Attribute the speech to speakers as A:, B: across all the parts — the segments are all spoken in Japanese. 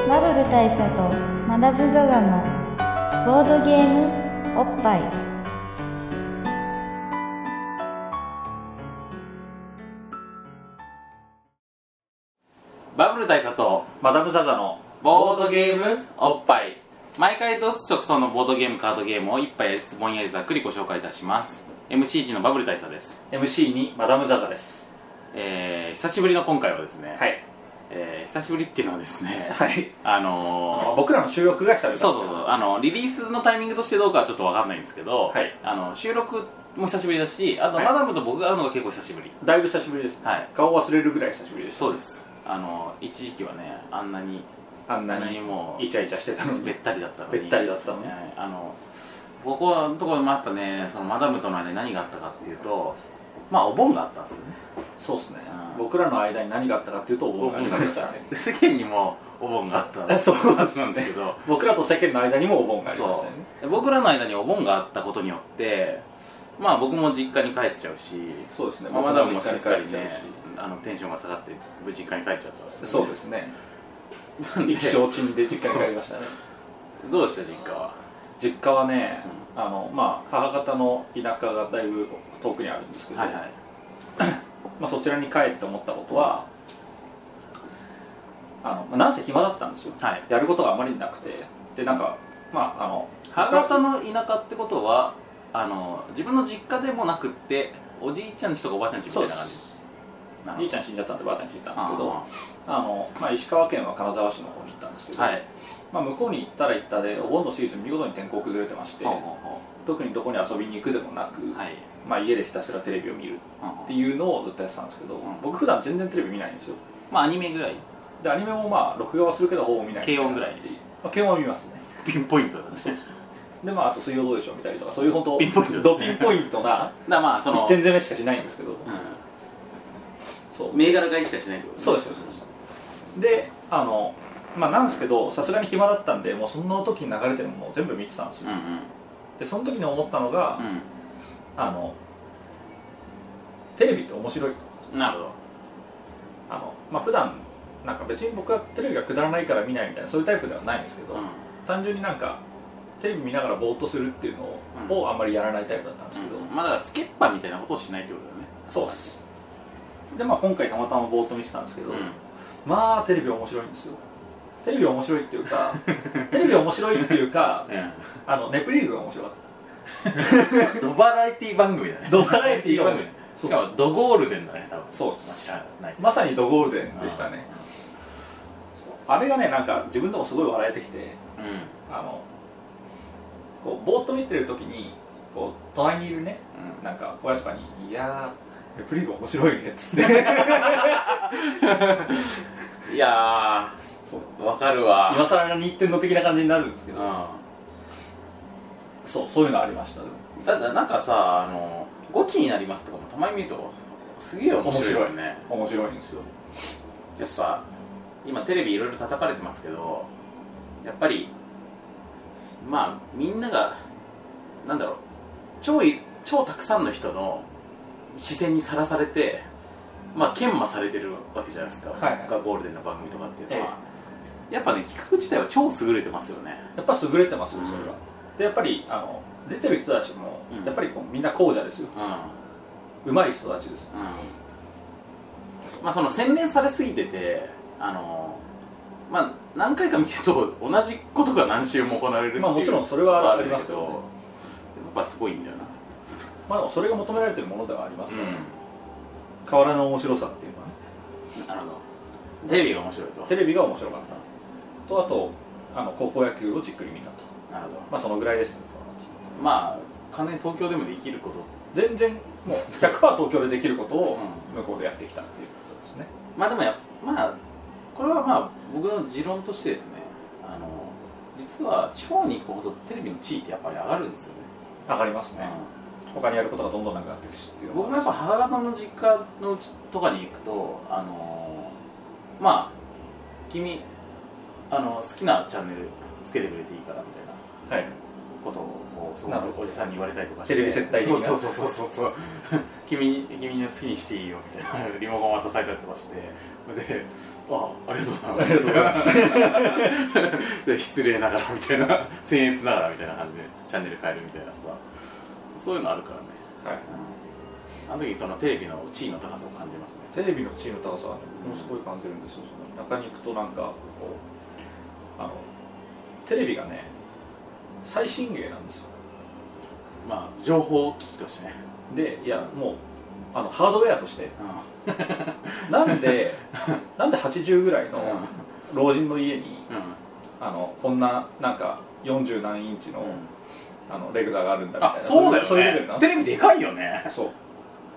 A: 大佐とマダム・ザ・ザのボードゲームおっぱい
B: バブル大佐と
C: マダム・ザ・ザの
B: ボードゲームおっぱい毎回同つ直送のボードゲームカードゲームを一杯やりつつぼんやりざっくりご紹介いたします MCG のバブル大佐です
C: MC にマダム・ザ・ザです
B: えー、久しぶりの今回はですね、
C: い
B: えー久しぶりっていうのはですね、
C: はい
B: あのー
C: 僕らの収録が久々
B: そうそうそうあのリリースのタイミングとしてどうかはちょっとわかんないんですけど、
C: はい
B: あの収録も久しぶりだしあと、
C: はい
B: マダムと僕が会うのが結構久しぶり
C: だいぶ久しぶりですね、
B: はい
C: 顔忘れるぐらい久しぶりです
B: そうですあの一時期はねあんなに
C: あん
B: あ
C: なん
B: なに
C: に
B: もう
C: イチャイチャしてたの
B: べ
C: に
B: ったりだったのに
C: べったりだったのに
B: はいあのここのところもやっぱねそのマダムとの間に何があったかっていうとまあお盆があったんですよね
C: そうですね
B: うん
C: 僕らの間に何があったかっていうとお盆がありましたね
B: で世間にもお盆があったん
C: え
B: です
C: そうですね
B: なんですけど
C: 僕らと世間の間にもお盆がありました
B: そ
C: よね
B: うで僕らの間にお盆があったことによってまあ僕も実家に帰っちゃうし
C: そうですね
B: まあマダムもすっかり
C: 僕らの実家に帰っ
B: ね
C: ちゃうし
B: あのテンションが下がって実家に帰っちゃったんですよね
C: そうですね
B: なんで
C: 意気消沈で実家に帰りましたね
B: どうでした実家は
C: 実家はね、あのまあ母方の田舎がだいぶ遠くにあるんですけど、
B: はいはい
C: まあ、そちらに帰って思ったことはあの、まあ、なんせ暇だったんですよ
B: はい
C: やることがあまりなくてでなんかまああの
B: 母方の田舎ってことはあの自分の実家でもなくっておじいちゃんちとかおばあちゃんちみた
C: そう
B: い
C: で
B: な感じ
C: す
B: なるほ
C: 兄
B: ど
C: ちゃん死んじゃったんでばあちゃんち行ったんですけど
B: あ
C: あの、まあ、石川県は金沢市の方に行ったんですけ
B: ー
C: ど、
B: はい
C: まあ、向こうに行ったら行ったでお盆のシーズン見事に天候崩れてまして
B: ほうほうほ
C: 特にどこに遊びに行くでもなく、
B: うはい
C: まあ、家でひたすらテレビを見る
B: ほうほう
C: っていうのをずっとやってたんですけど、
B: ん
C: 僕普段全然テレビ見ないんですよ
B: まあアニメぐらい
C: でアニメもまあ録画はするけどほぼ見ない
B: 軽音ぐらい
C: まあ、軽音は見ますね
B: ピンポイントだねだか
C: でまああと水曜どうでしょう見たりとかそういう本当
B: ピンポイント
C: ドピンポイントな
B: らまあそ
C: 一
B: の
C: 点攻めしかしないんですけど
B: うん
C: そう
B: 銘柄買いしかしないってこと
C: そうですそうですそうですであのまあなんですけどさすがに暇だったんでもうそんな時に流れてるのも全部見てたんです
B: うん
C: よ、
B: うん
C: でその時に思ったのが、あのテレビって面白いと
B: うんなるほど
C: あのまあ普段なんか別に僕はテレビがくだらないから見ないみたいなそういうタイプではないんですけど、
B: うん
C: 単純になんかテレビ見ながらぼーっとするっていうのを,、
B: うん
C: あんまりやらないタイプだったんですけど、
B: うんまあだからつけっぱみたいなことをしないってことだよね
C: そうっすでまあ今回たまたまぼーっと見てたんですけど、
B: う
C: まあテレビ面白いんですよテレビ面白いってい うかテレビ面白いっていうか
B: んうん
C: あのネプリーグが面白かっ
B: ドバラエティ番組だ
C: た
B: ね
C: ドバラエティーが面
B: し
C: 白い
B: かもドゴールデンだね多分
C: そうっ
B: まあ
C: す
B: 知らない
C: まさにドゴールデンでしたねあれがねなんか自分でもすごい笑えてきて
B: うん
C: あのこうぼーっと見てる時にこう隣にいるね
B: う
C: なんか親とかに「いやーネプリーグ面白いね」っつって
B: んいや
C: そう
B: ーわかるわ
C: 今更何言ってんの的な感じになるんですけど
B: う
C: そうそういうのありました
B: んだってなんかさあの「ゴチになります」とかもたまに見るとすげえ面白いよね
C: 面白いんですよ
B: やっぱ今テレビいろいろ叩かれてますけどやっぱりまあみんながなんだろう超い超たくさんの人の視線にさらされてまあ研磨されてるわけじゃないですか、
C: はいはい
B: がゴールデンの番組とかっていうのは、やっぱね企画自体は超優れてますよね
C: やっぱ優れてますよそれは、
B: う
C: でやっぱりあの出てる人たちも、
B: うん
C: やっぱりこうみんな後者ですよ
B: うん
C: 上手い人たちです
B: まあその洗練されすぎててあのまあ何回か見てると同じことが何週も行われるっていう
C: まあもちろんそれ
B: は
C: は
B: あ
C: あ
B: る
C: り
B: んだ
C: ます
B: け
C: け
B: ど
C: ど
B: や
C: ね、
B: っぱすごいんだよな
C: まあでもそれが求められてるものではありますから、
B: う
C: 変わらぬ面白さっていうのは
B: んなる
C: ね
B: ほどテレビが面白いと
C: テレビが面白かったとあとあの高校野球をじっくり見たと
B: なるほど
C: まあそのぐらいですね
B: まあ完全に東京でもできること
C: 全然もう100%東京でできることを向こうでやってきたっていうことですね、
B: まあでもやまあこれはまあ僕の持論としてですねあの実は地方に行くほどテレビの地位ってやっぱり上がるんですよね
C: 上がりますね
B: う、ん
C: 他にやることがどんどんなくなっていくしっていうの
B: 僕も
C: は
B: やっぱ母方の実家のうちとかに行くとあのーまあ君あの好きなチャンネルつけてくれていいからみたいな
C: はい
B: ことをこうそ
C: なる
B: の
C: ほど
B: おじさんに言われたりとかして
C: テレビ接待的
B: そ
C: な
B: うそうそうそうそうそう 君君君の好きにしていいよみたいなリモコン渡されたりとかしてで「あありがとうございます」とか で失礼ながらみたいな僭越ながらみたいな感じでチャンネル変えるみたいなさそういうのあるからね
C: はい
B: あの時そのテレビの地位の高さを感じますね
C: テレビの地位の高さはね僕もすごい感じるんですよその田舎に行くとなんかこうあのテレビがね最新鋭なんですよ
B: まあ情報機器としてね、
C: でいやもうあのハードウェアとしてな んでなんで80ぐらい
B: うん
C: の老人の家に
B: うん
C: あのこんななんか40何インチの,、あのレグザがあるんだみたい
B: あ
C: な
B: そうだよ
C: そういうレベ
B: ね
C: ルな
B: テレビでかいよね
C: そう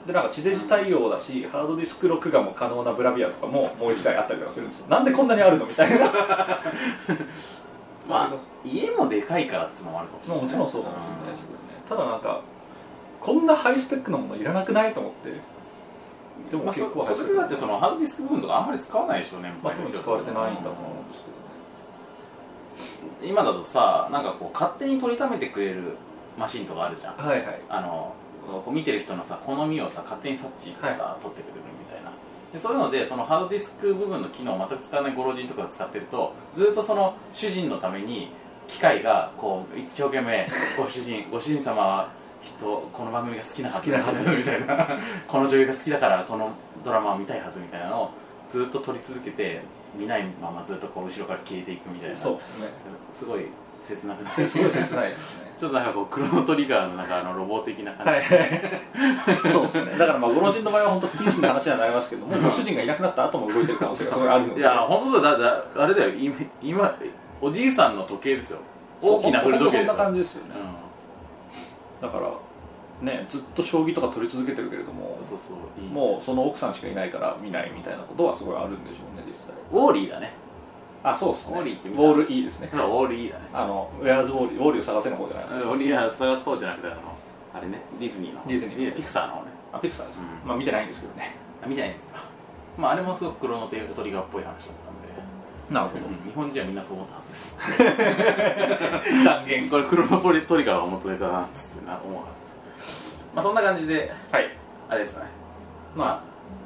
C: でなんか地デジ対応だしハードディスク録画も可能なブラビアとかももう1台あったりとかするんですよなんでこんなにあるのみた いな
B: まあ家もでかいからっつうのもあるかもしれな
C: まあ
B: い
C: もちろんそうかもしれないですけどねただなんかこんなハイスペックのものいらなくないと思ってで
B: で
C: も
B: も、
C: 結構
B: まあ、そ
C: ハイスペ
B: そ
C: ッ
B: れ
C: ク
B: だってそのハードディスク部分とかあんまり使わないでしょうね
C: まあ多分使われてないんだと思うんですけどね
B: 今だとさなんかこう勝手に取りためてくれるマシンとかあるじゃん
C: はいはい
B: あのこう見てる人のさ好みをさ勝手に察知してさ、取ってくれるみたいなでそういうのでそのハードディスク部分の機能を全く使わないご老人とかが使ってるとずっとその主人のために機械がこう一生懸命ご主人 ご主人様はきっとこの番組が好きなはず
C: 好きなはず
B: みたいなこの女優が好きだからこのドラマを見たいはずみたいなのをずっと撮り続けて見ないままずっとこう後ろから消えていくみたいな
C: そうですね
B: すごい切なくな
C: それすごい切ないですね
B: ちょっとなんかこうクロノトリガーのなんかあのロボ的な感じ、
C: はいそうですねだからまあご老人の場合は本当不謹慎な話にはなりますけどもご主人がいなくなった後も動いてる可能性がすごいあるの
B: い、
C: で
B: や本当だだあれだよ今今おじいさんの時計ですよ
C: そう
B: 大きな古時計
C: 本
B: です
C: 当そんな
B: よ、
C: 感じですよね、
B: う
C: だからねずっと将棋とか取り続けてるけれども
B: ん、そうそういい
C: もうその奥さんしかいないから見ないみたいなことはすごいあるんでしょうね実際
B: ウォーリーだね
C: あそうです
B: ウ
C: ね
B: ォーリーって
C: ウ
B: 見
C: ォ
B: た
C: ールいいですね
B: ほらウォーリーだね
C: あのウェアーズウォーリーウォーリーを探せの方じゃない
B: ウォーリーは探す方じゃなくてあのあれねディズニーの方
C: ディズニーの方
B: ピクサーの方ね
C: あピクサーです、
B: うん
C: まあ見てないんですけどね
B: あ見たいですかまああれもすごくクロノトリガーっぽい話だったんで、
C: なるほ
B: うん、日本人はみんなそう思ったはずです
C: 断言
B: これクロノトリガーは元ネタだなっつってな思うはずですまあそんな感じで
C: はい
B: あれですね
C: ま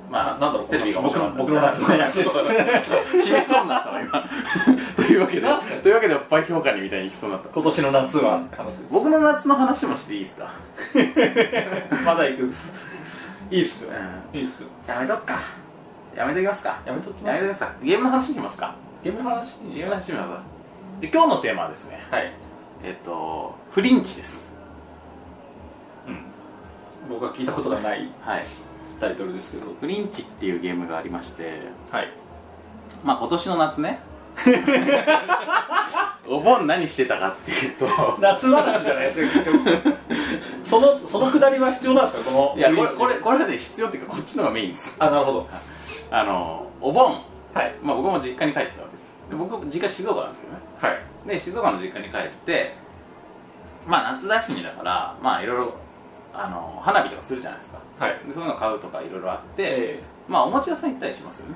B: まあ、
C: ななんだろう
B: テレビが面白かった
C: 僕の僕の話です
B: 締めそうになったわ、今。 というわけで
C: なんすか、
B: というわけで、倍評価にみたいにいきそうになった
C: あ。今年の夏はって話です
B: 僕の夏の話もしていいですか
C: まだ行くんですいいっすよ、
B: う
C: いいっすよ
B: やめとくか。やめときますか。
C: やめとき
B: や
C: ま
B: め
C: す
B: ときますか。ゲームの話しますか。
C: ゲームの話
B: ゲームの話しますか。で、今日のテーマはですね、
C: はい、
B: えっと、フリンチです。
C: うん、僕は聞いたことがない
B: はい。
C: タイトルですけど
B: フリンチっていうゲームがありまして、
C: はい
B: まあ今年の夏 ね。お盆何してたかっていうと、
C: 夏話じゃないですか結局その そのくだりは必要なんですかこの
B: いや、これ、これ、これはね、必要っていうか、こっちのがメインです。
C: あなるほど
B: あの、お盆。
C: はい
B: まあ、僕も実家に帰ってたわけですで僕実家静岡なんですけどね
C: はい
B: で静岡の実家に帰ってまあ夏休みだからまあいろいろあの花火とかするじゃないですか
C: はい
B: でそういうの買うとかいろいろあって、
C: え
B: まあおもちゃ屋さん行ったりしますよね、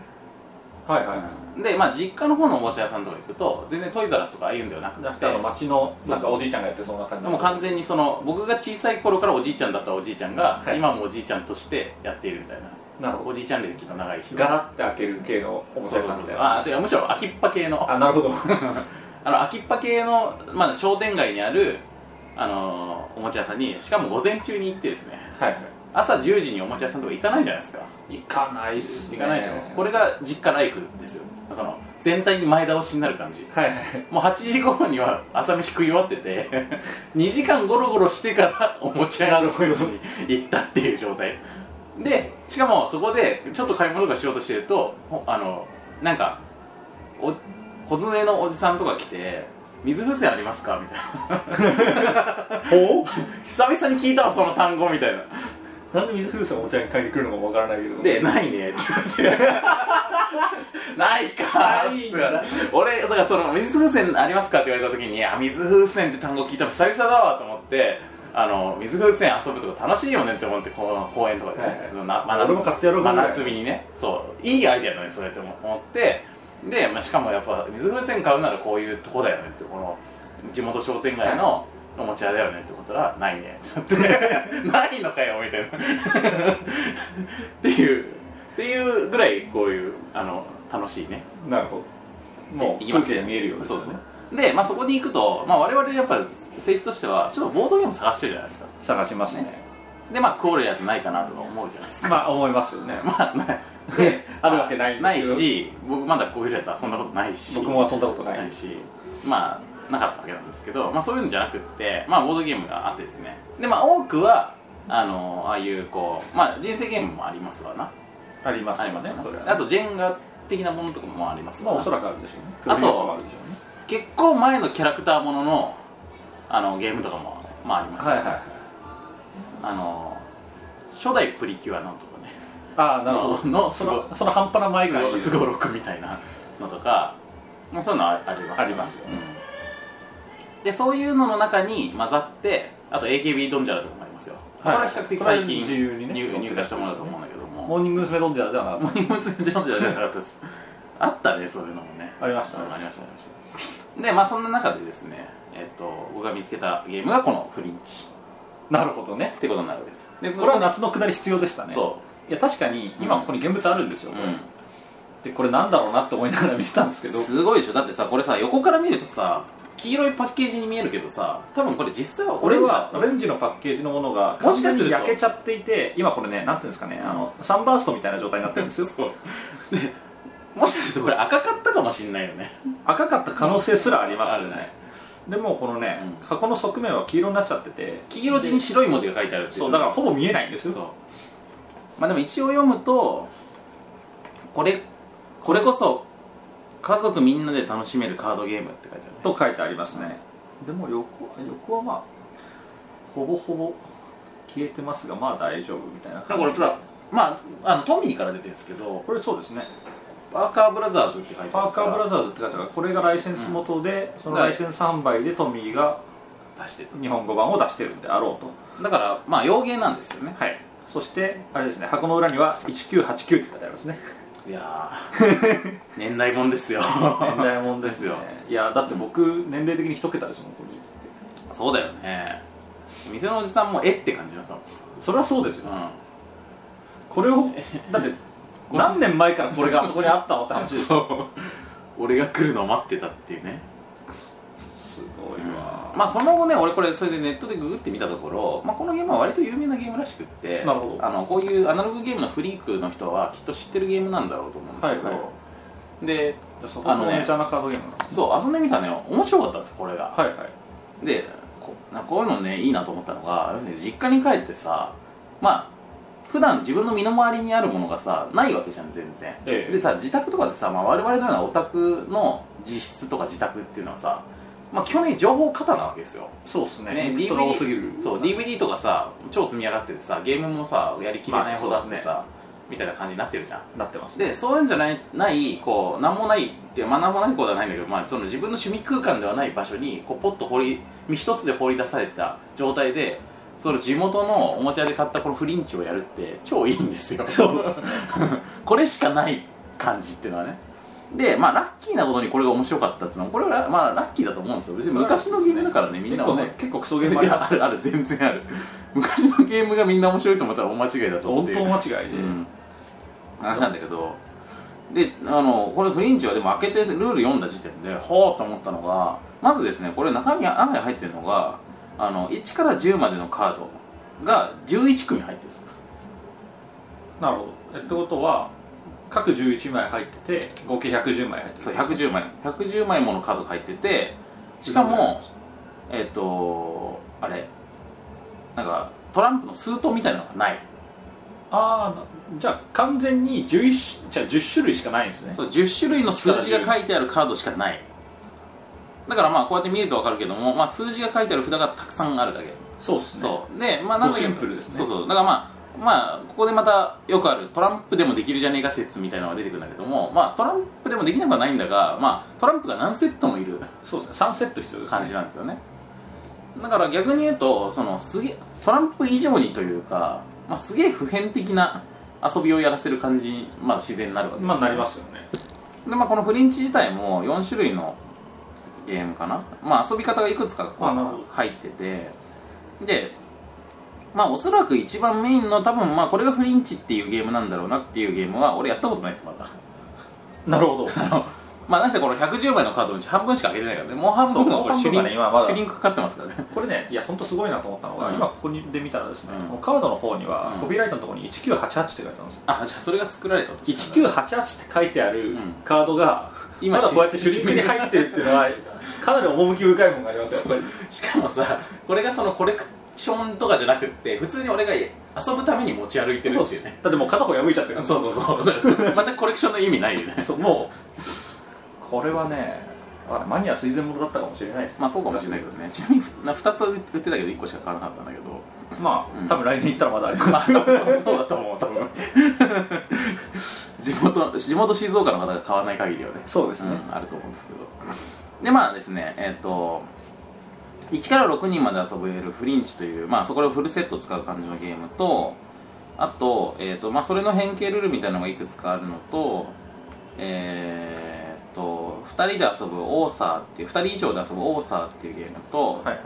C: ー、はいはい
B: でまあ実家の方のおもちゃ屋さんとか行くと全然トイザラスとかああいうんではなく
C: じゃなく
B: て
C: てあの町の
B: そう
C: なんかおじいちゃんがやってそうな感じ
B: もう完全にその僕が小さい頃からおじいちゃんだったおじいちゃんが、
C: はい
B: 今もおじいちゃんとしてやっているみたいな
C: なるほど
B: おじいちゃん歴の長い人
C: ガラッて開ける系の
B: そ
C: おも
B: う
C: ちゃ
B: そうそ
C: 屋さ
B: うん
C: みたいな
B: あてかむしろ空きっぱ系の
C: あなるほど
B: あの秋っぱ系の、まあ、商店街にある、あのーおもちゃ屋さんにしかも午前中に行ってですね
C: はい
B: 朝10時におもちゃ屋さんとか行かないじゃないですか
C: 行かないっす
B: 行かないでしょ、これが実家ライフですよその全体に前倒しになる感じ
C: はいはい
B: もう8時頃には朝飯食い終わってて 2時間ゴロゴロしてからおもちゃ屋の方に行ったっていう状態でしかもそこでちょっと買い物とかしようとしてるとほあのなんかお小連れのおじさんとか来て「水風船ありますか?」みたいな
C: ほ
B: 久々に聞いたわその単語みたいな
C: う なんで水風船をおもちゃ屋に買いに来るのかわからないけど
B: で「ないね」 って言われて「ないか」
C: ないんだ
B: 俺だからその「水風船ありますか?」って言われた時に「いや水風船って単語聞いたの久々だわ」と思ってあの水風船遊ぶとか楽しいよねって思ってこの公園とかで、ね
C: はいはい
B: そのな真夏
C: 俺も買ってやろうか
B: 真
C: ぐらい
B: 夏日にねそういいアイデアだねそれって思ってで、まあ、しかもやっぱ水風船買うならこういうとこだよねってこの地元商店街の、おもちゃだよねって思ったらないね ってなってないのかよみたいなっていうっていうぐらいこういうあの楽しいね
C: なるほどもう
B: 行きま
C: 風
B: す
C: 景見えるよう
B: そうですねで、まあ、そこに行くと、まあ、我々やっぱ性質としてはちょっとボードゲーム探してるじゃないですか
C: 探しますね
B: でまあクオるやつないかなとか思うじゃないですか
C: まあ思いますよ ね、
B: まあない
C: あるわけないんですけど
B: ないし僕まだこういうやつ遊んだことないし
C: 僕も遊んだことない
B: ないしまあなかったわけなんですけど、まあ、そういうのじゃなくって、まあ、ボードゲームがあってですねでまあ多くはあのああいうこうまあ人生ゲームもありますわな
C: あります
B: あり
C: よ
B: ます
C: ね
B: よね
C: それはね
B: あとジェンガ的なものとかもありますわ
C: まあ
B: な
C: おそらくあるでしょうね
B: あと
C: クリアもあるでしょうね
B: 結構前のキャラクターもののあのゲームとかも、まあ、あります、
C: はいはい
B: あの初代プリキュアのとかね
C: ああなるほど
B: のの
C: そのその半端な前ぐらい
B: すごろくみたいなのとかもうそういうのはあります
C: ありますよね
B: うんでそういうのの中に混ざってあと AKB ドンジャラとかもありますよ、
C: はい
B: これは比較的最近
C: これは自由にね
B: 入入荷したものだと思うんだけども
C: モーニング娘。ドンジャラではなかっ
B: モーニング娘。ドンジャラじゃなかったですあったねそういうのもね
C: たありました
B: うんありましたありましたでまあそんな中でですねえっ、と僕が見つけたゲームがこのフリンチ
C: なるほどね
B: ってことになるわけですで
C: これは夏の下り必要でしたね
B: そう
C: いや確かに今ここに現物あるんですよ、
B: う、うん、
C: でこれなんだろうなって思いながら見てたんですけど
B: すごいでしょだってさこれさ横から見るとさ黄色いパッケージに見えるけどさ多分これ実際はオ
C: こ
B: レ
C: れ
B: ンジだ
C: は
B: った
C: オ
B: の
C: レンジのパッケージのものが
B: もしかすると
C: 完全に焼けちゃっていて今これねなんていうんですかねあのサンバーストみたいな状態になってるんですよ
B: そうでもしかするとこれ赤かったかもしんないよね
C: 赤かった可能性すらありますよ
B: あるね
C: ねでもこのね、
B: うん
C: 箱の側面は黄色になっちゃってて
B: 黄色地に白い文字が書いてあるってい
C: そうだからほぼ見えないんです
B: そう
C: よ
B: まあでも一応読むとこれこれこそ家族みんなで楽しめるカードゲームって書いてあるね
C: と書いてありますねでも横横はまあほぼほぼ消えてますがまあ大丈夫みたいな
B: だ
C: 感
B: か
C: じ
B: らこれさまああのトミーから出てるんですけど
C: これそうですね
B: パーカーブラザーズって書いてある
C: パーカーブラ
B: ザ
C: ザーズって書いてあるからこれがライセンス元で、そのライセンス販売でトミーが
B: ー出して
C: 日本語版を出してるんであろうと
B: ただからまあ洋芸なんですよね
C: はいそしてあれですね箱の裏には1989って書いてありますね
B: いやー 年代もんですよ
C: 年代もんです よ、
B: で
C: ね、いやだって僕年齢的に一桁ですもんこれ
B: そうだよね店のおじさんもえって感じだったもん
C: それはそうですよ
B: う
C: これをだ って何年前からこれがあそこにあったのって話
B: ん
C: です
B: そう俺が来るのを待ってたっていうね
C: すごいわ、
B: まあその後ね俺これそれでネットでググってみたところ、まあ、このゲームは割と有名なゲームらしくって
C: なるほど
B: あのこういうアナログゲームのフリークの人はきっと知ってるゲームなんだろうと思うんですけど、
C: はいは
B: で
C: そ
B: こそメジャ
C: ーなカードゲームなんです
B: そう遊んでみたのよ面白かったんですよこれが
C: はいはい
B: でこなこういうのねいいなと思ったのが要するに実家に帰ってさまあ普段自分の身の回りにあるものがさないわけじゃん全然、
C: ええ
B: でさ自宅とかでさ、まあ、我々のようなオタクの自室とか自宅っていうのはさ、まあ、基本的に情報過多なわけですよ、
C: そうですね
B: ね
C: インプットが多すぎる
B: そう DVD とかさ超積み上がっててさゲームもさやりきれないほどあってさ、
C: ま
B: みたいな感じになってるじゃん
C: なってますね
B: でそういうんじゃないないこう何もないっていうまあ何もないことはないんだけど、まあ、その自分の趣味空間ではない場所にこうポッと掘り身一つで掘り出された状態でその地元のおもちゃ屋で買ったこのフリンチをやるって超いいんですよ これしかない感じっていうのはねでまあラッキーなことにこれが面白かったっていうのはこれはラ,、まあ、ラッキーだと思うんですよ別に昔のゲームだからねみん
C: 結
B: な
C: 構
B: は
C: ね結構クソ
B: い
C: ゲームありま
B: や
C: す
B: あるある全然ある昔のゲームがみんな面白いと思ったら大間違いだぞっ
C: 本
B: て
C: 当
B: いう
C: 間違いで、
B: うん話なんだけどであのこれフリンチはでも開けてルール読んだ時点でほーっと思ったのがまずですねこれ中身中に入ってるのがあの1から10までのカードが11組入ってるんです
C: なるほどえってことは各11枚入ってて合計110枚入ってる
B: そう110枚110枚ものカードが入っててしかもえっ、とあれなんかトランプの数刀みたいなのがない
C: ああじゃあ完全に11じゃあ10種類しかないんですね
B: そう10種類の数字が書いてあるカードしかないだからまあこうやって見ると分かるけども、まあ、数字が書いてある札がたくさんあるだけ、
C: そうですね
B: そうでまあなんだけど
C: シンプルですね
B: そうそうだからまあまあここでまたよくあるトランプでもできるじゃねえか説みたいなのが出てくるんだけどもまあトランプでもできなくはないんだがまあトランプが何セットもいる
C: そうですね3セット必要ですね
B: 感じなんですよねだから逆に言うとそのすげえトランプ以上にというか、まあ、すげえ普遍的な遊びをやらせる感じに、まあ、自然になるわけですよ
C: まあなりますよね
B: でまあ、このフリンチ自体も4種類のゲームかな、まあ、遊び方がいくつかこう
C: あなるほど
B: 入っててでまあおそらく一番メインの多分まあこれがフリンチっていうゲームなんだろうなっていうゲームは俺やったことないですまだ
C: なるほど
B: あのまあなんせこの110枚のカードのうち半分しか開けてないからねもう半分
C: そう
B: はこれ
C: もう半分
B: シュリン
C: がね今まだ
B: シュリンクかかってますからね
C: これねいや本当すごいなと思ったのが、
B: うん
C: 今ここにで見たらですね、
B: うん
C: このカードの方には、
B: うん
C: コピーライトのところに1988って書いてあるんですよ
B: あじゃあそれが作られたとしたら
C: 1988って書いてある
B: うん
C: カードが、
B: 今
C: まだこうやって手裏剣に入ってるっていうのはかなり趣深いものがありますよやっぱり
B: しかもさこれがそのコレクションとかじゃなくって普通に俺が遊ぶために持ち歩いて るっていうね
C: だってもう片方破いちゃってる
B: そうそうそう またコレクションの意味ないよね
C: そうもうこれはねあマニア垂涎ものだったかもしれないです
B: まあそうかもしれないけどねちなみに2つ売ってたけど1個しか買わなかったんだけど
C: まあ、
B: うん
C: 多分来年行ったらまだあります
B: そうだと思う多分 地元地元静岡の方が買わない限りはね
C: そうですね
B: んあると思うんですけどでまあですねえっ、と1から6人まで遊べるフリンチというまあそこでフルセット使う感じのゲームとあと,、えーとまあ、それの変形ルールみたいなのがいくつかあるのとえー、と2人で遊ぶオーサーっていう2人以上で遊ぶオーサーっていうゲームと、
C: はいはい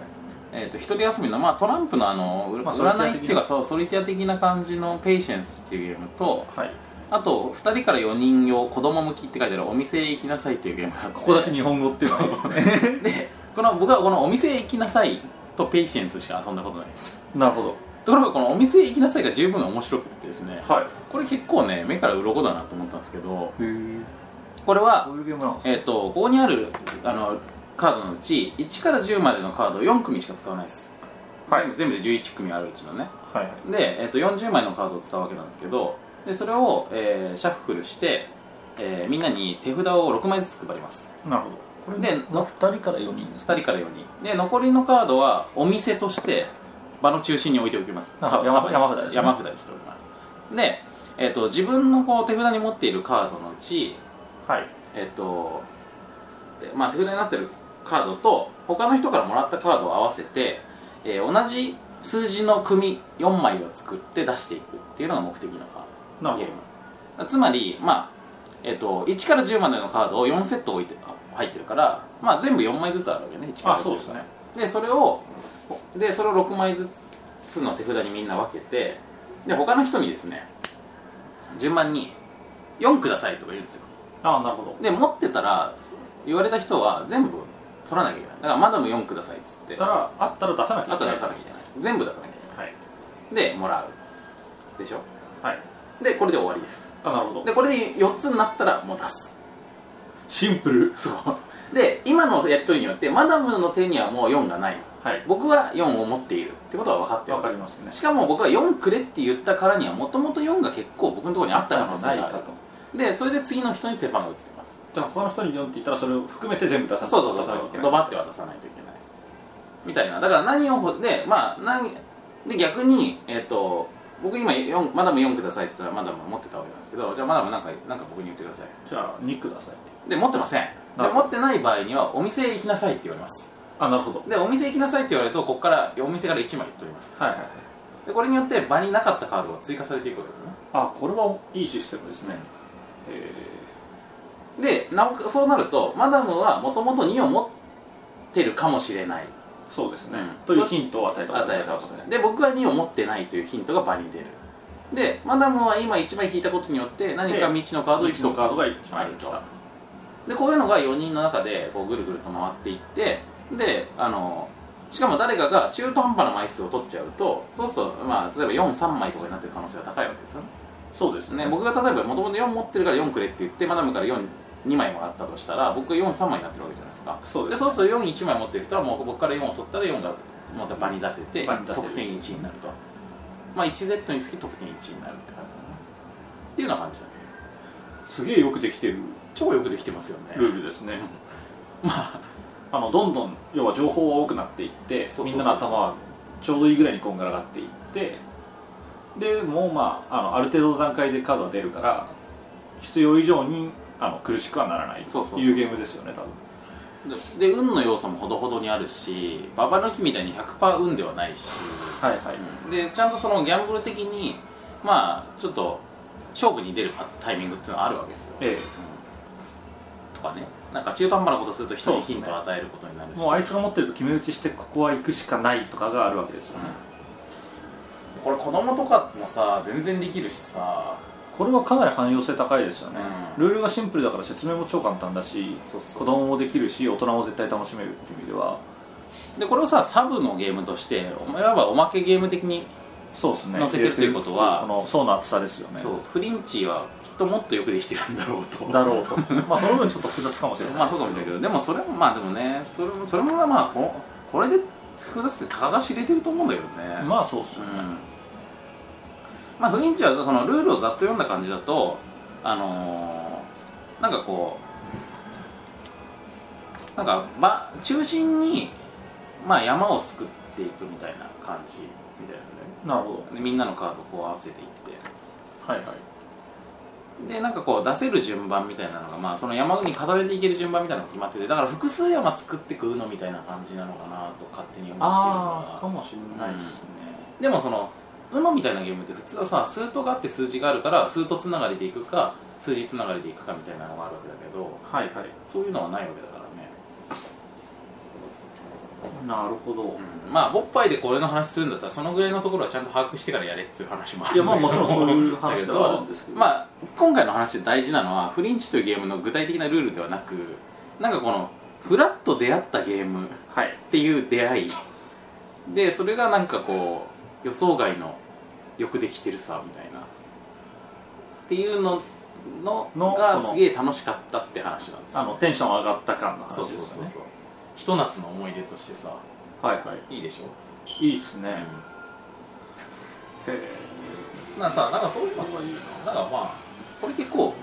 B: えー、と一人休みの、まあ、トランプのあの、うら
C: まあ
B: 占いっていうか
C: ソ
B: そう
C: リティア的な
B: ソリティア的な感じの「ペイシェンス」っていうゲームと
C: はい
B: あと2人から4人用子供向きって書いてある「お店へ行きなさい」っていうゲームがあって
C: ここだけ日本語っていうのがありますね
B: でこの僕はこの「お店へ行きなさい」と「ペイシェンス」しか遊んだことないです
C: なるほど
B: ところがこの「お店へ行きなさい」が十分面白くてですね
C: はい
B: これ結構ね目から鱗だなと思ったんですけど
C: へえ
B: これは
C: そういうゲームなんですね
B: えっ、とここにあるあのカードのうち1から10までのカードを4組しか使わないです、
C: はい
B: 全部全部で11組あるうちのね
C: はいはい
B: で、えっと40枚のカードを使うわけなんですけどでそれを、えーシャッフルして、えーみんなに手札を6枚ずつ配ります
C: なるほどこれ
B: で
C: で2人から4人です
B: 2人から4人で残りのカードはお店として場の中心に置いておきます
C: あ
B: か
C: 山
B: か
C: 山札ですね
B: 山札にしておきますで、えっと自分のこう手札に持っているカードのうち、
C: はい
B: えっとでまあ、手札になってるカードと他の人からもらったカードを合わせて、えー同じ数字の組4枚を作って出していくっていうのが目的のカード
C: な
B: ゲ
C: る
B: ームつまり、まあえっと1から10までのカードを4セット置いてあ入ってるから、まあ、全部4枚ずつあるわけね1から10
C: あそうですね
B: でそれをでそれを6枚ずつの手札にみんな分けてで他の人にですね順番に4くださいとか言うんですよ
C: ああなるほど
B: で持ってたら言われた人は全部取らなきゃいけないだからマダム4くださいっつって
C: だ
B: あ
C: からあったら出さなきゃ
B: とは出さなきゃいけない全部出さなきゃいけ
C: はい
B: ないでもらうでしょ
C: はい
B: でこれで終わりです
C: あなるほど
B: でこれで4つになったらもう出す
C: シンプル
B: そうで今のやり取りによってマダムの手にはもう4がない
C: はい
B: 僕は4を持っているってことは分かってる
C: わかりますね
B: しかも僕は4くれって言ったからにはもともと4が結構僕のところにあった可能性
C: ない
B: があ
C: か
B: る
C: と
B: でそれで次の人に手番が移ってます
C: じゃあ他の人に読んでいったらそれを含めて全部出さ
B: そうそうそうそ
C: 出さなきゃいけ
B: う
C: な
B: ド
C: い
B: バって渡さないといけないみたいなだから何をほでまあ何で逆にえっ、と僕今4マダム4くださいって言ったらマダム持ってたわけなんですけどじゃあマダムなんかなんか僕に言ってください
C: じゃあ2ください
B: で持ってませんで
C: なるほ
B: 持ってない場合にはお店へ行きなさいって言われます
C: あなるほど
B: でお店行きなさいって言われるとここからお店から1枚取ります
C: はいはいはい
B: でこれによって場になかったカードが追加されていくわけですね
C: あこれはいいシステムですねえ
B: でなおかそうなるとマダムはもともと2を持ってるかもしれない
C: ーそうですね
B: うん
C: というヒントを与えたこと
B: 与えた
C: わ
B: こ
C: け
B: と
C: ですね
B: で僕は2を持ってないというヒントが場に出るでマダムは今1枚引いたことによって何か未知のカードを
C: 一
B: 1
C: の
B: 個
C: カードが一
B: あ
C: 枚
B: る
C: 来
B: と
C: た
B: でこういうのが4人の中でこうぐるぐると回っていってであのしかも誰かが中途半端な枚数を取っちゃうとそうすると、まあ、例えば43枚とかになってる可能性が高いわけですよね
C: そうです
B: ね
C: ね
B: 僕が例えばもともと4持ってるから4くれって言ってマダムから42枚もらったとしたら僕が43枚になってるわけじゃないですか
C: そう
B: で
C: です
B: そうすると41枚持ってる人はもう僕から4を取ったら4がまた場に出せて
C: 場に出せる
B: 得点1になるとまあ 1Z につき得点1になるって感じだなっていうような感じだね
C: すげえよくできてる
B: 超よくできてますよね
C: ルールですねまああのどんどん要は情報が多くなっていって
B: そうそうそうそう
C: みんなの頭はちょうどいいぐらいにこんがらがっていってでもうまああのある程度の段階でカードが出るから必要以上にあの苦しくはならない
B: そうそうそう
C: いうゲームですよね多分
B: でで運の要素もほどほどにあるしババ抜きみたいに100%運ではないし、
C: はいはい
B: でちゃんとそのギャンブル的にまあちょっと勝負に出るタイミングっていうのはあるわけですよ、
C: ええ
B: とかねなんか中途半端なことすると人
C: そう
B: に
C: です
B: ヒ
C: ね
B: ントを与えることになるし
C: もうあいつが持ってると決め打ちしてここは行くしかないとかがあるわけですよね、
B: うんこれ子供とかもさ全然できるしさ
C: これはかなり汎用性高いですよね、
B: うん
C: ルールがシンプルだから説明も超簡単だし
B: そうそう
C: 子供もできるし大人も絶対楽しめるっていう意味では
B: でこれをさサブのゲームとしてお前はおまけゲーム的に、
C: そうですね
B: 乗せてるということは
C: この層の厚さですよね
B: そうフリンチはきっともっとよくできてるんだろうと
C: だろうと まあその分ちょっと複雑かもしれない
B: まあそうかもしれないけどでもそれもまあでもねそれもそれもまあここれで複雑ってたかが知れてると思うんだけどね
C: まあそうっす
B: う
C: よね、
B: んまあフリンチはそのルールをざっと読んだ感じだとあのーなんかこうなんかば中心にまあ山を作っていくみたいな感じみたいなね
C: なるほど
B: でみんなのカードをこう合わせていって
C: はいはい
B: でなんかこう出せる順番みたいなのが、まあ、その山に飾れていける順番みたいなのが決まっててだから複数山作ってくうのみたいな感じなのかなと勝手に思ってる
C: ああ
B: か
C: からもしれないですね、
B: でもその UNO みたいなゲームって普通はさ数とがあって数字があるから数とつながりでいくか数字つながりでいくかみたいなのがあるわけだけど
C: はいはい
B: そういうのはないわけだからね、
C: なるほど
B: うん、まあボッパイでこれの話するんだったらそのぐらいのところはちゃんと把握してからやれっていう話もある
C: いやまあもちろんそういう
B: だけ
C: 話で
B: ど
C: はあるんですけど
B: まあ、今回の話で大事なのはフリンチというゲームの具体的なルールではなくなんかこのフラッと出会ったゲーム
C: はい
B: っていう出会いでそれがなんかこう予想外のよくできてるさみたいなっていうのの
C: の
B: が
C: この
B: すげえ楽しかったって話なんですよ
C: あのテンション上がった感の話
B: そ
C: で
B: う
C: す
B: そう
C: よね
B: そうそうひと夏の思い出としてさ
C: はいはい
B: いいでしょ、
C: いいっすね、へえ
B: なんかさなんかそういうのがいいななんかまあこれ結構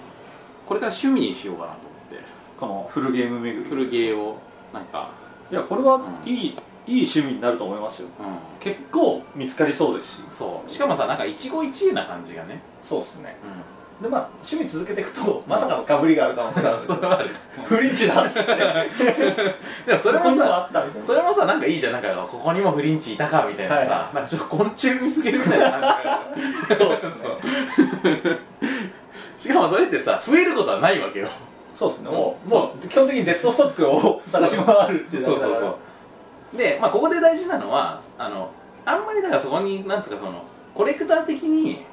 B: これから趣味にしようかなと思って
C: このフルゲーム巡り
B: 古ゲーをなんか
C: いやこれはいい、いい趣味になると思いますよ
B: う
C: 結構見つかりそうですし
B: んそうしかもさなんか一期一会な感じがね
C: そうですね
B: う
C: でまあ趣味続けていくとまさかのかぶりがある可能性があるんで
B: そ
C: すよ
B: れはある
C: フリンチだっつって
B: でもそれ
C: ここ
B: も
C: にも
B: さ
C: あったみたいな
B: それもさなんかいいじゃんなんかここにもフリンチいたかみたいなさ、
C: は
B: なんかちょっと昆虫見つけるみたいな感じが
C: そうっすね
B: そう しかもそれってさ増えることはないわけよ
C: そうですねもうもう基本的にデッドストッ クを探し回るってだ
B: そう
C: から
B: そうそうで、まあ、ここで大事なのはあのあんまりだからそこになんつうかそのコレクター的に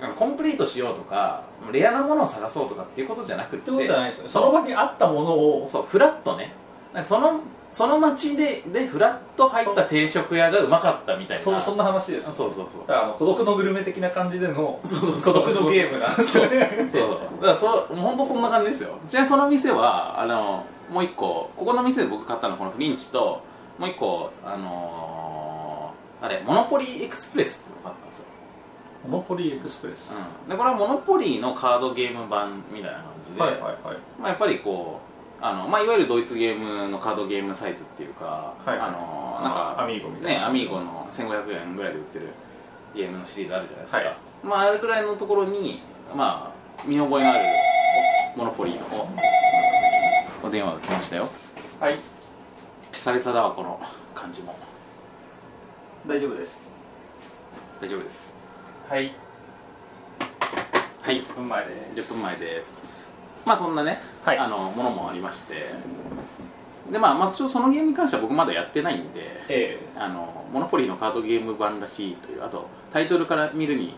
B: あのコンプリートしようとかレアなものを探そうとかっていうことじゃなく
C: っててことじゃないですよねその場にあったものを
B: そうフラットねなんかそのその町ででフラッと入った定食屋がうまかったみたいな
C: そそんな話です
B: あ
C: よ
B: そうそうそう
C: だからあの孤独のグルメ的な感じでの
B: そうそうそう
C: 孤独のゲームなんですよね
B: そうだからそうもうほんとそんな感じですよちなみにその店はあのもう一個ここの店で僕買ったのはこのフリンチともう一個あのー、あれモノポリーエクスプレスっていうのがあったんですよ、
C: モノポリーエクスプレス
B: うん、でこれはモノポリーのカードゲーム版みたいな感じで、
C: はいはいはい
B: まあ、やっぱりこうあの、まあ、いわゆるドイツゲームのカードゲームサイズっていうか、
C: はい
B: あのーなんか
C: アミーゴみたい
B: ね、
C: な
B: アミーゴの1500円ぐらいで売ってるゲームのシリーズあるじゃないですか、
C: はい
B: まああれぐらいのところにまあ見覚えのあるモノポリーのおお電話が来ましたよ
C: はい
B: 久々だわこの感じも
C: 大丈夫です
B: 大丈夫です
C: はい
B: はい
C: 10分前です
B: 10分前ですまあそんなね、
C: はい
B: あのものもありましてでまあまあ、ちょっとそのゲームに関しては僕まだやってないんで
C: え
B: あのモノポリーのカードゲーム版らしいというあとタイトルから見るに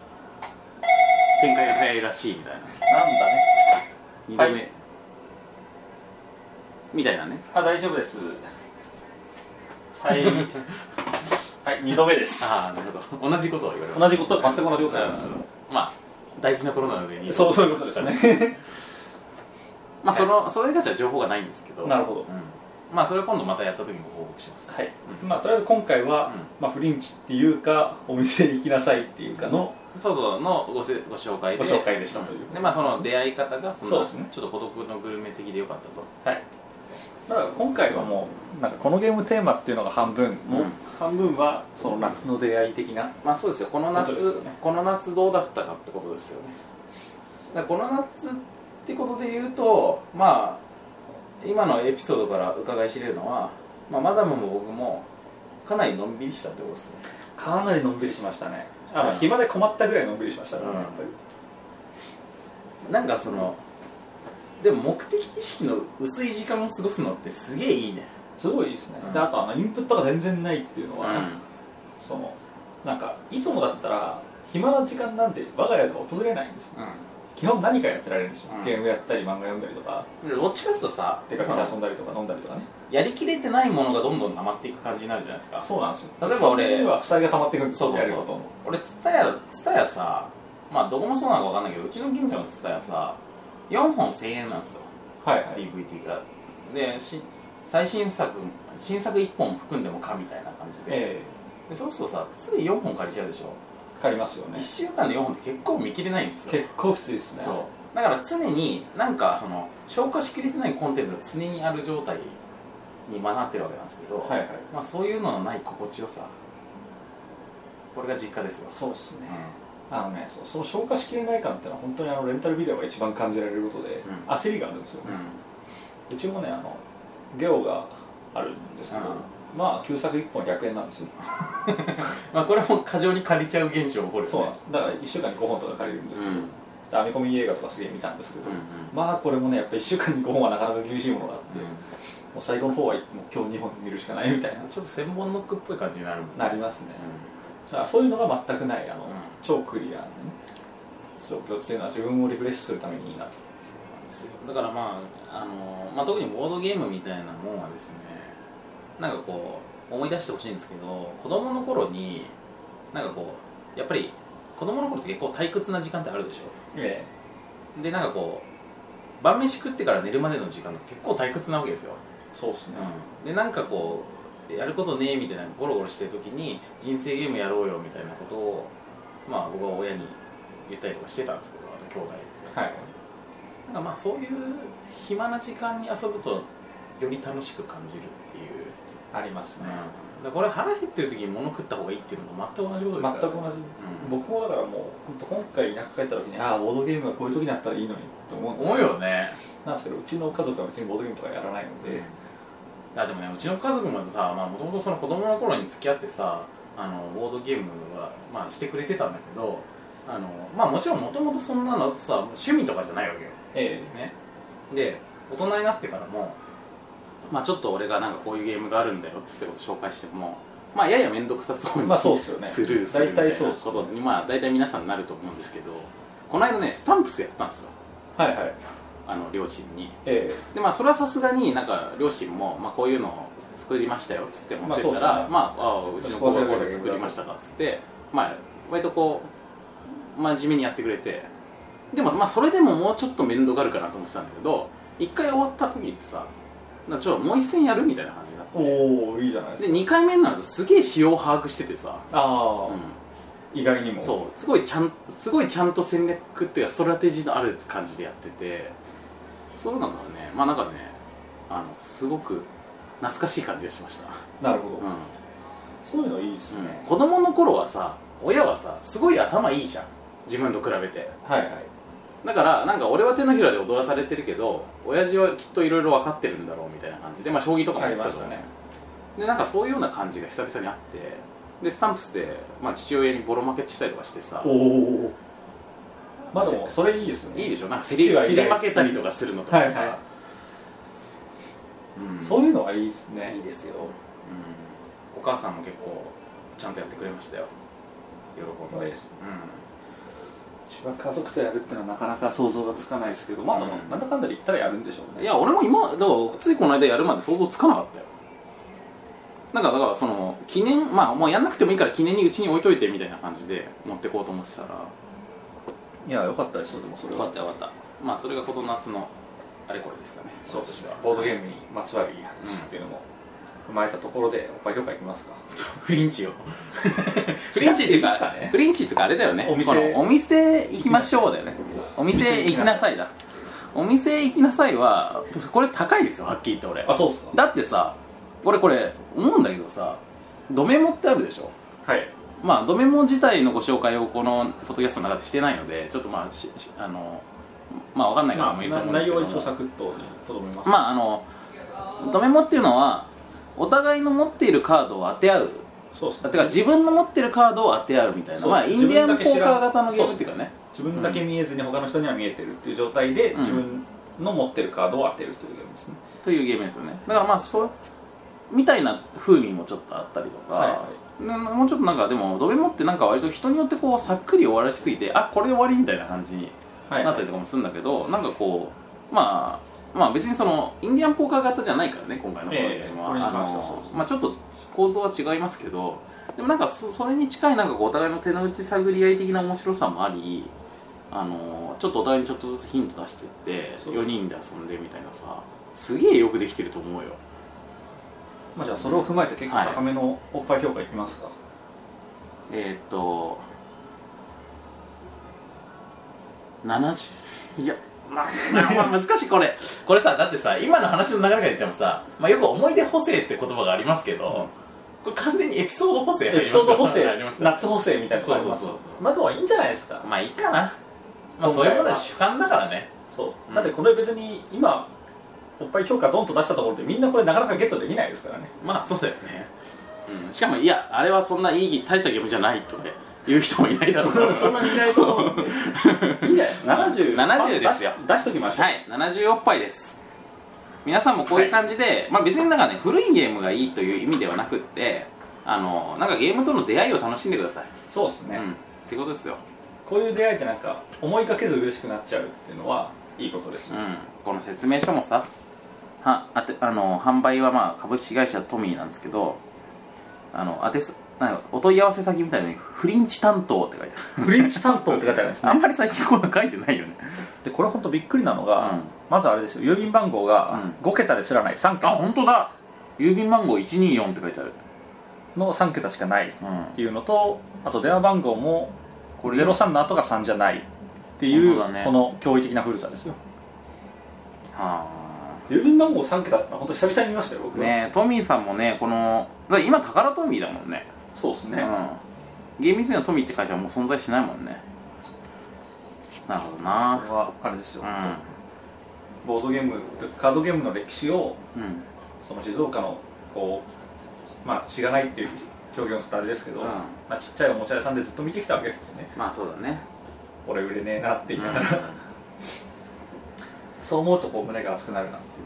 B: 展開が早いらしいみたいな
C: えなんだね
B: 二度目、
C: はい
B: みたいなね
C: あ大丈 夫ですはいはい2度目です
B: ああなるほど同じことを言われました
C: 同じこと全く同じこと
B: な
C: や
B: る
C: りま
B: ほ
C: し
B: どまあ大事な頃なので二度
C: た
B: 目
C: そうそういうこと ですね
B: まあそのそれ以外じゃ情報がないんですけど
C: なるほど
B: うんまあそれを今度またやった時にご報告します
C: はい、まあとりあえず今回は、
B: うん
C: まあ、フリンチっていうかお店に行きなさいっていうかの、
B: そうそうのごせご紹介で
C: ご紹介でしたというん
B: でまあその出会い方がそ
C: そう
B: の
C: ですね
B: ちょっと孤独のグルメ的でよかったと
C: はいだから今回はもうなんかこのゲームテーマっていうのが半分、もう
B: うん
C: 半分はその夏の出会い的な
B: まあそうですよこの夏
C: 本当ですよね
B: この夏どうだったかってことですよねだからこの夏ってことで言うとまあ今のエピソードから伺い知れるのは、まあ、マダムも僕もかなりのんびりしたってことですね
C: かなりのんびりしましたねあの、
B: うん
C: 暇で困ったぐらいのんびりしましたからね、
B: うん
C: やっぱり
B: なんかそのでも目的意識の薄い時間を過ごすのってすげえいいね
C: すごいいいですね、
B: うん
C: であとあのインプットが全然ないっていうの
B: う
C: は、
B: ん
C: そのなんかいつもだったら暇な時間なんて我が家では訪れないんですよ基本何かやってられるんですよ、
B: うん
C: ゲームやったり漫画読んだりとか
B: でどっちかっていうとさ
C: 出かけて遊んだりとか飲んだりとかね
B: やりきれてないものがどんどん溜まっていく感じになるじゃないですか
C: そうなんですよ
B: 例えば俺
C: 基本的には負債が溜まってくるんですよ
B: そうそうそう
C: やることも
B: 俺ツタヤツタヤさまあどこもそうなのかわかんないけどうちの近所のツタヤさ4本1000円なんですよ
C: はいはい
B: DVD がでし最新作新作1本含んでもかみたいな感じで,、
C: え
B: でそうするとさつい4本借りちゃうでしょ、
C: え借りますよね
B: 1週間で4本って結構見切れないんですよ
C: 結構きついですね
B: そうだから常になんかその消化しきれてないコンテンツが常にある状態に学なってるわけなんですけど、
C: はいはい
B: まあ、そういうののない心地よさこれが実家ですよ、
C: そうですね
B: う
C: あのねそうその消化しきれない感ってのは本当にあのレンタルビデオが一番感じられること
B: う
C: で、
B: ん
C: 焦りがあるんですよね
B: ん、
C: うちもねあのゲオがあるんですけど、まあ旧作1本100円なんですよ
B: まあ、これも過剰に借りちゃう現象起こるよね
C: そうなんですだから1週間に5本とか借りるんです
B: う
C: け
B: ん
C: ど、
B: うん
C: で編み込み映画とかすげえ見たんですけど、まあこれもねやっぱ1週間に5本はなかなか厳しいものがあって、もう最後の方はもう今日2本見るしかないみたい
B: うんちょっと千本ノックっぽい感じになるもん
C: ななりますね
B: う
C: だからそういうのが全くないあの、
B: うん
C: 超クリアなね状況っていうのは自分をリフレッシュするためにいいなと
B: んそうなんですよだからまああの、まあ、特にボードゲームみたいなもんはですねなんかこう思い出してほしいんですけど子供の頃になんかこうやっぱり子供の頃って結構退屈な時間ってあるでしょ
C: え
B: でなんかこう晩飯食ってから寝るまでの時間が結構退屈なわけですよ
C: えそうっすね、
B: でなんかこうやることねえみたいなゴロゴロしてる時に人生ゲームやろうよみたいなことをまあ僕は親に言ったりとかしてたんですけどあと兄弟
C: はい
B: なんかまあそういう暇な時間に遊ぶとより楽しく感じるっていう、
C: ありますね、
B: だからこれ腹減ってる時に物食った方がいいっていうのと全く同じことですか
C: 全く
B: ら
C: 同じ、
B: ん
C: 僕もだからもう本当今回田舎帰った時にああボードゲームはこういう時になったらいいのにって思うんです
B: 思うよね
C: なんですけどうちの家族は別にボードゲームとかやらないので、
B: あでもねうちの家族もさもともとその子供の頃に付き合ってさあのボードゲームは、まあ、してくれてたんだけどあのまあもちろんもともとそんなのさ趣味とかじゃないわけよ、
C: え
B: ね、で大人になってからも、まあ、ちょっと俺がなんかこういうゲームがあるんだよってこと紹介してもまあやや面倒くさそうに、
C: まあそうっすよね
B: スルーするみたい
C: 大
B: な
C: 体そうっす
B: ことにまあ大体皆さんなると思うんですけどこの間ねスタンプスやったんですよ
C: えはいはい
B: あの両親に
C: え
B: でまあそれはさすがになんか両親も、まあ、こういうのを作りましたよっつって持ってったら、
C: まあそうですね
B: まあ、ああうちの子がこれ作りましたかっつってまあ割とこう真面目にやってくれてでもまあそれでももうちょっと面倒があるかなと思ってたんだけど一回終わった時にさなんかちょっともう一戦やるみたいな感じになっ
C: えおおいいじゃないです
B: て
C: か
B: で2回目になるとすげえ仕様把握しててさ、
C: ああ、
B: う
C: 意外に
B: ん、
C: も
B: そうすごいちゃんすごいちゃんと戦略っていうかストラテジーのある感じでやっててそういうのがねまあなんかねあのすごく懐かしい感じがしました、
C: なるほど、
B: うん
C: そういうのいいっすね、
B: 子供の頃はさ親はさすごい頭いいじゃん自分と比べて
C: はいはい
B: だからなんか俺は手のひらで踊らされてるけど親父はきっといろいろ分かってるんだろうみたいな感じでまあ将棋とかも
C: あ
B: やっ
C: り
B: て
C: ま
B: たじ
C: し
B: ゃ
C: た
B: ん
C: ね
B: でなんかそういうような感じが久々にあってでスタンプスで、まあ、父親にボロ負けしたりとかしてさ
C: おおまあでもそれいいですよね
B: いいでしょなんか競り
C: 父は偉
B: 競
C: 大
B: り負けたりとかするのとかさ、
C: はいは
B: うん、
C: そういうのはいいですね
B: いいですよ、うん、お母さんも結構ちゃんとやってくれましたよ喜んで、
C: はい一番家族とやるってのはなかなか想像がつかないですけどまあでも
B: うん
C: なんだかんだで言ったらやるんでしょう
B: う
C: ね
B: ん、いや俺も今だからついこの間やるまで想像つかなかったよなんかだからその記念まあもうやんなくてもいいから記念にうちに置いといてみたいな感じで持ってこうと思ってたら
C: いやよかったですよでもそ
B: よかったよかったまあそれがこの夏のあれこれですかね
C: そうですね
B: 私は
C: ボードゲームにまつわるいい話っていうのも踏まえたところでおっぱい評価いきますか
B: フリンチを フリンチっていう
C: いいっす
B: か
C: かね
B: フリンチっていうかあれだよね
C: お店
B: このお店行きましょうだよねお店行きなさいだお店行きなさいはこれ高いですよはっきり言って俺
C: そうっす
B: だってさこれこれ思うんだけどさドメモってあるでしょ
C: はい
B: まあドメモ自体のご紹介をこのポッドキャストの中でしてないのでちょっとまあししあのまあわかんない方
C: ま
B: も
C: あ
B: いると思うんです
C: 内
B: けど
C: 容
B: も
C: は一応サクッとにとどめます
B: まああのドメモっていうのはお互いの持っているカードを当て合う
C: そうっす
B: だから自分の持ってるカードを当て合うみたいな
C: そう
B: まあインディアンポーカー型のゲー
C: 自分だけ知らん
B: ムっていうかね
C: 自分だけ見えずに他の人には見えてるっていう状態で
B: うん
C: 自分の持ってるカードを当てるというゲームですね
B: というゲームですよねだからまあそうみたいな風味もちょっとあったりとか、
C: はいは
B: なもうちょっとなんかでもドベモってなんか割と人によってこうさっくり終わらしすぎてあこれで終わりみたいな感じに
C: はい
B: なったりとかもするんだけど、なんかこうまあまあ別にそのインディアンポーカー型じゃないからね今回のこのゲームは、
C: ええこれに
B: あ
C: 関してはそうです
B: のまあちょっと構造は違いますけどでもなんかそそれに近いなんかこうお互いの手の内探り合い的な面白さもありあのちょっとお互いにちょっとずつヒント出してって
C: そうそう
B: 4人で遊んでみたいなさすげえよくできてると思うよ
C: まあじゃあそれを踏まえて結構高めのおっぱい評価いきますか、
B: えーっと70いやまあ、まあまあ難しいこれこれさだってさ今の話の流れから言ってもさ、まあ、よく思い出補正って言葉がありますけど、これ完全にエピソード補正入りま
C: エピ
B: す
C: ソード補
B: あり
C: 正
B: ます
C: 夏補正みたいなのがあります
B: そうそうそう
C: まあでもいいんじゃないですか
B: まあいいかなまあそういうことは主観だからね
C: そううんだってこれ別に今おっぱい評価ドンと出したところでみんなこれなかなかゲットできないですからね
B: まあそうだよね、うん、しかもいやあれはそんないい大したゲームじゃないとか言う人もいないだろうから
C: そんなにいないと思うんでいいんじゃないですか
B: 70ですよ
C: 出し出しときましょう
B: はい、70おっぱいです皆さんもこういう感じで、まあ別になんかね古いゲームがいいという意味ではなくってあのなんかゲームとの出会いを楽しんでください、
C: そうですね、
B: うんってことですよ、
C: こういう出会いってなんか思いかけず嬉しくなっちゃうっていうのはいいことです
B: う
C: ね、
B: ん、この説明書もさはあてあの販売はまあ株式会社トミーなんですけどあのあてすなんかお問い合わせ先みたいに「フリンチ担当」って書いて ある
C: フリンチ担当って書いてあるんです
B: あん
C: ね
B: まり最近こんな書いてないよね
C: でこれ本当びっくりなのが、
B: うん
C: まずあれですよ郵便番号が5桁で知らない
B: あ
C: 3桁
B: 本当だ郵便番号124って書いてある
C: の3桁しかないっ
B: うん
C: ていうのとあと電話番号も
B: これ
C: 03の後が3じゃないってい
B: 本当
C: う、
B: だね
C: この驚異的な古さですよ
B: はあ
C: 郵便番号3桁ってのは本当久々に見ましたよ僕は
B: ねえトミーさんもねこのだって今宝トミーだもんね
C: そうですね、
B: うん、厳密にはトミーって会社はもう存在しないもんねなるほど
C: こ
B: な
C: れはあれですよ、
B: う
C: ボードゲームカードゲームの歴史を
B: んうん
C: その静岡のこうまあしがないっていう表現をするとあれですけど、
B: うん
C: まあ、ちっちゃいおもちゃ屋さんでずっと見てきたわけですよね
B: まあそうだね
C: 俺売れねえなって
B: う
C: 言
B: ん
C: いながら、そう思うとこう胸が熱くなるなっていう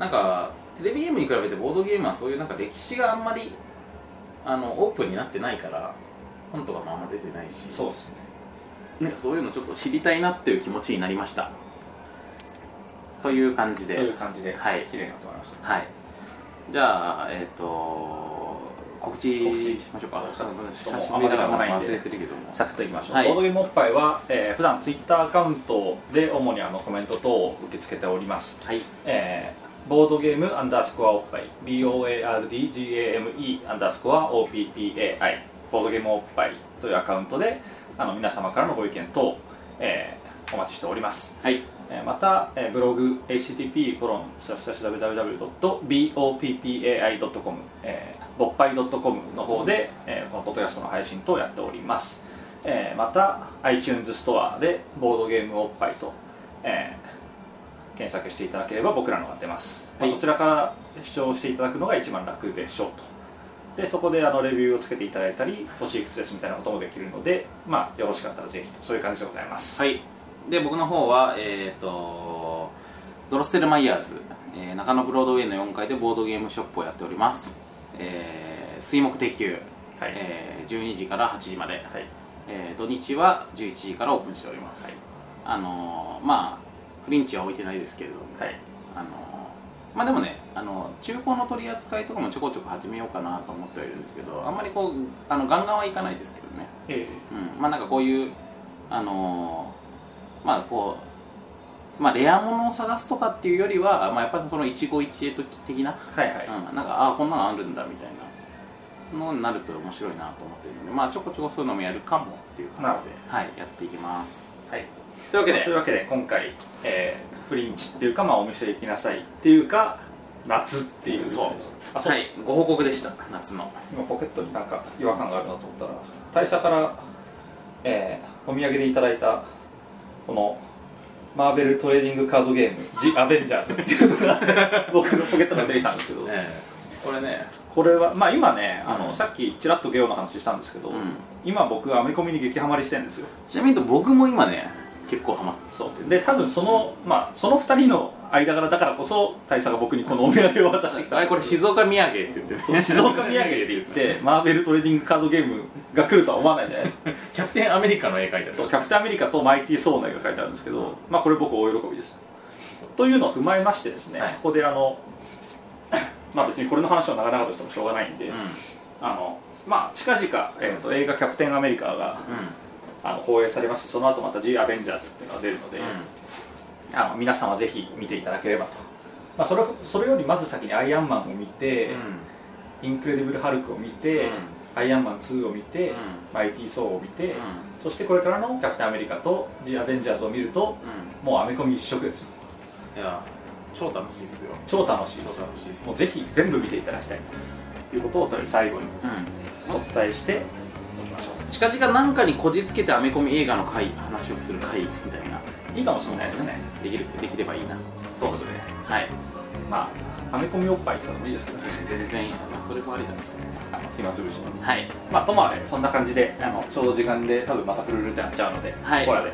B: なんかテレビゲームに比べてボードゲームはそういうなんか歴史があんまりあのオープンになってないから本とかもあんま出てないし
C: そうですね
B: なんかそういうのちょっと知りたいなっていう気持ちになりましたという感じ
C: と
B: で
C: いう感じで、
B: はい
C: 綺麗なと思いました
B: はい。じゃあ、えっ、と、告知
C: 告知
B: しましょうか。
C: そうそう
B: 久しぶりだから忘れてるけども。
C: サクッといきましょう、
B: はい
C: ボードゲームおっぱいは、えー普段ツイッターアカウントで主にあのコメント等を受け付けております
B: はい。
C: えーボードゲームアンダースコアおっぱい BOARDGAME アンダースコア OPPAI ボードゲームおっぱいというアカウントであの皆様からのご意見等、えーお待ちしております、
B: はい。
C: えーまた、えーブログ http コロンスラスラ www.boppai.com えーぼっぱい .com の方で、えーこのポッドキャストの配信等をやっております、えーまた iTunes ストアでボードゲームおっぱいと、えー検索していただければ僕らのが出ます、まあ
B: はい
C: そちらから視聴していただくのが一番楽でしょうとでそこであのレビューをつけていただいたり欲しい靴ですみたいなこともできるのでまあよろしかったらぜひとそういう感じでございます
B: はい。で、僕の方は、えっ、と、ドロッセルマイヤーズ、えー中野ブロードウェイの4階でボードゲームショップをやっております。えー水木定休、
C: はい
B: えー12時から8時まで。
C: はい
B: えー土日は11時からオープンしております。
C: はい
B: あのーまあ、フリンチは置いてないですけれども、
C: はい
B: あのまあでもねあの中古の取り扱いとかもちょこちょこ始めようかなと思ってはいるんですけどあんまりこうあのガンガンはいかないですけどね、
C: え
B: うん、まあなんかこういうあのまあこうまあレアものを探すとかっていうよりは、まあ、やっぱりその一期一会的な、
C: ーはいはい、
B: うん、なんかああこんなのあるんだみたいなのになると面白いなと思ってるのでまあちょこちょこそういうのもやるかもっていう感じで、はい、やっていきます
C: はい
B: というわけ
C: という
B: で
C: わけで今回、えーフリンチっていうか、まあ、お店行きなさいっていうか夏っていう
B: そう
C: あそう、
B: はいご報告でした夏の
C: 今ポケットになんか違和感があるなと思ったら大佐から、えーお土産でいただいたこのマーベルトレーディングカードゲーム「ジ・アベンジャーズ」っていうのが 僕のポケットから出てきたんですけど、
B: これね
C: これはまあ今ねあの、
B: うん
C: さっきちらっとゲオの話したんですけど、
B: うん
C: 今僕アメコミに激ハマりしてるんですよ
B: ちなみに言うと僕も今ね結構ハマって
C: そうで多分その,、まあ、その2人の間柄だからこそ大佐が僕にこのお土産を渡してきた
B: あれこれ静岡土産って言ってるね
C: 静岡土産で言ってマーベルトレーディングカードゲームが来るとは思わないじゃないですか
B: キャプテンアメリカの絵描いてある
C: そうキャプテンアメリカとマイティー・ソーナイが書いてあるんですけど、まあ、これ僕大喜びですというのを踏まえましてですね、ここであのまあ別にこれの話を長々としてもしょうがないんで、
B: うんうん
C: あのまあ近々、えー、と映画「キャプテンアメリカが」あの放映されますその後また「G アベンジャーズ」っていうのが出るので、あの皆さんはぜひ見ていただければと、まあ、それそれよりまず先に「アイアンマン」を見て、インクレディブル・ハルク」を見て、
B: うん
C: アイアンマン2」を見て、
B: うん
C: マイティー・ソーを見て、
B: うん
C: そしてこれからの「キャプテンアメリカ」と「G アベンジャーズ」を見るともうアメコミ一色ですよ
B: うんいや超楽しいっすよ
C: 超楽しいです
B: 超楽しいです
C: もうぜひ全部見ていただきたいということをとりあえず最後にお伝えしておきましょ
B: 近々なんかにこじつけてアメコミ映画の回話をする回みたいな
C: ういいかもしれないですね
B: できるできればいいな
C: そうですね
B: はい
C: まあアメコミおっぱいってのもいいですけどね
B: 全然いいなまあそれもありだし
C: あの暇つぶしの
B: はい
C: まあともあれそんな感じであのちょうど時間で多分またプルルってなっちゃうので、
B: はい
C: ここらで、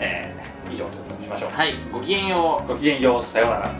C: えー以上ということにしましょう、
B: はいごきげんよう
C: ごきげんようさようなら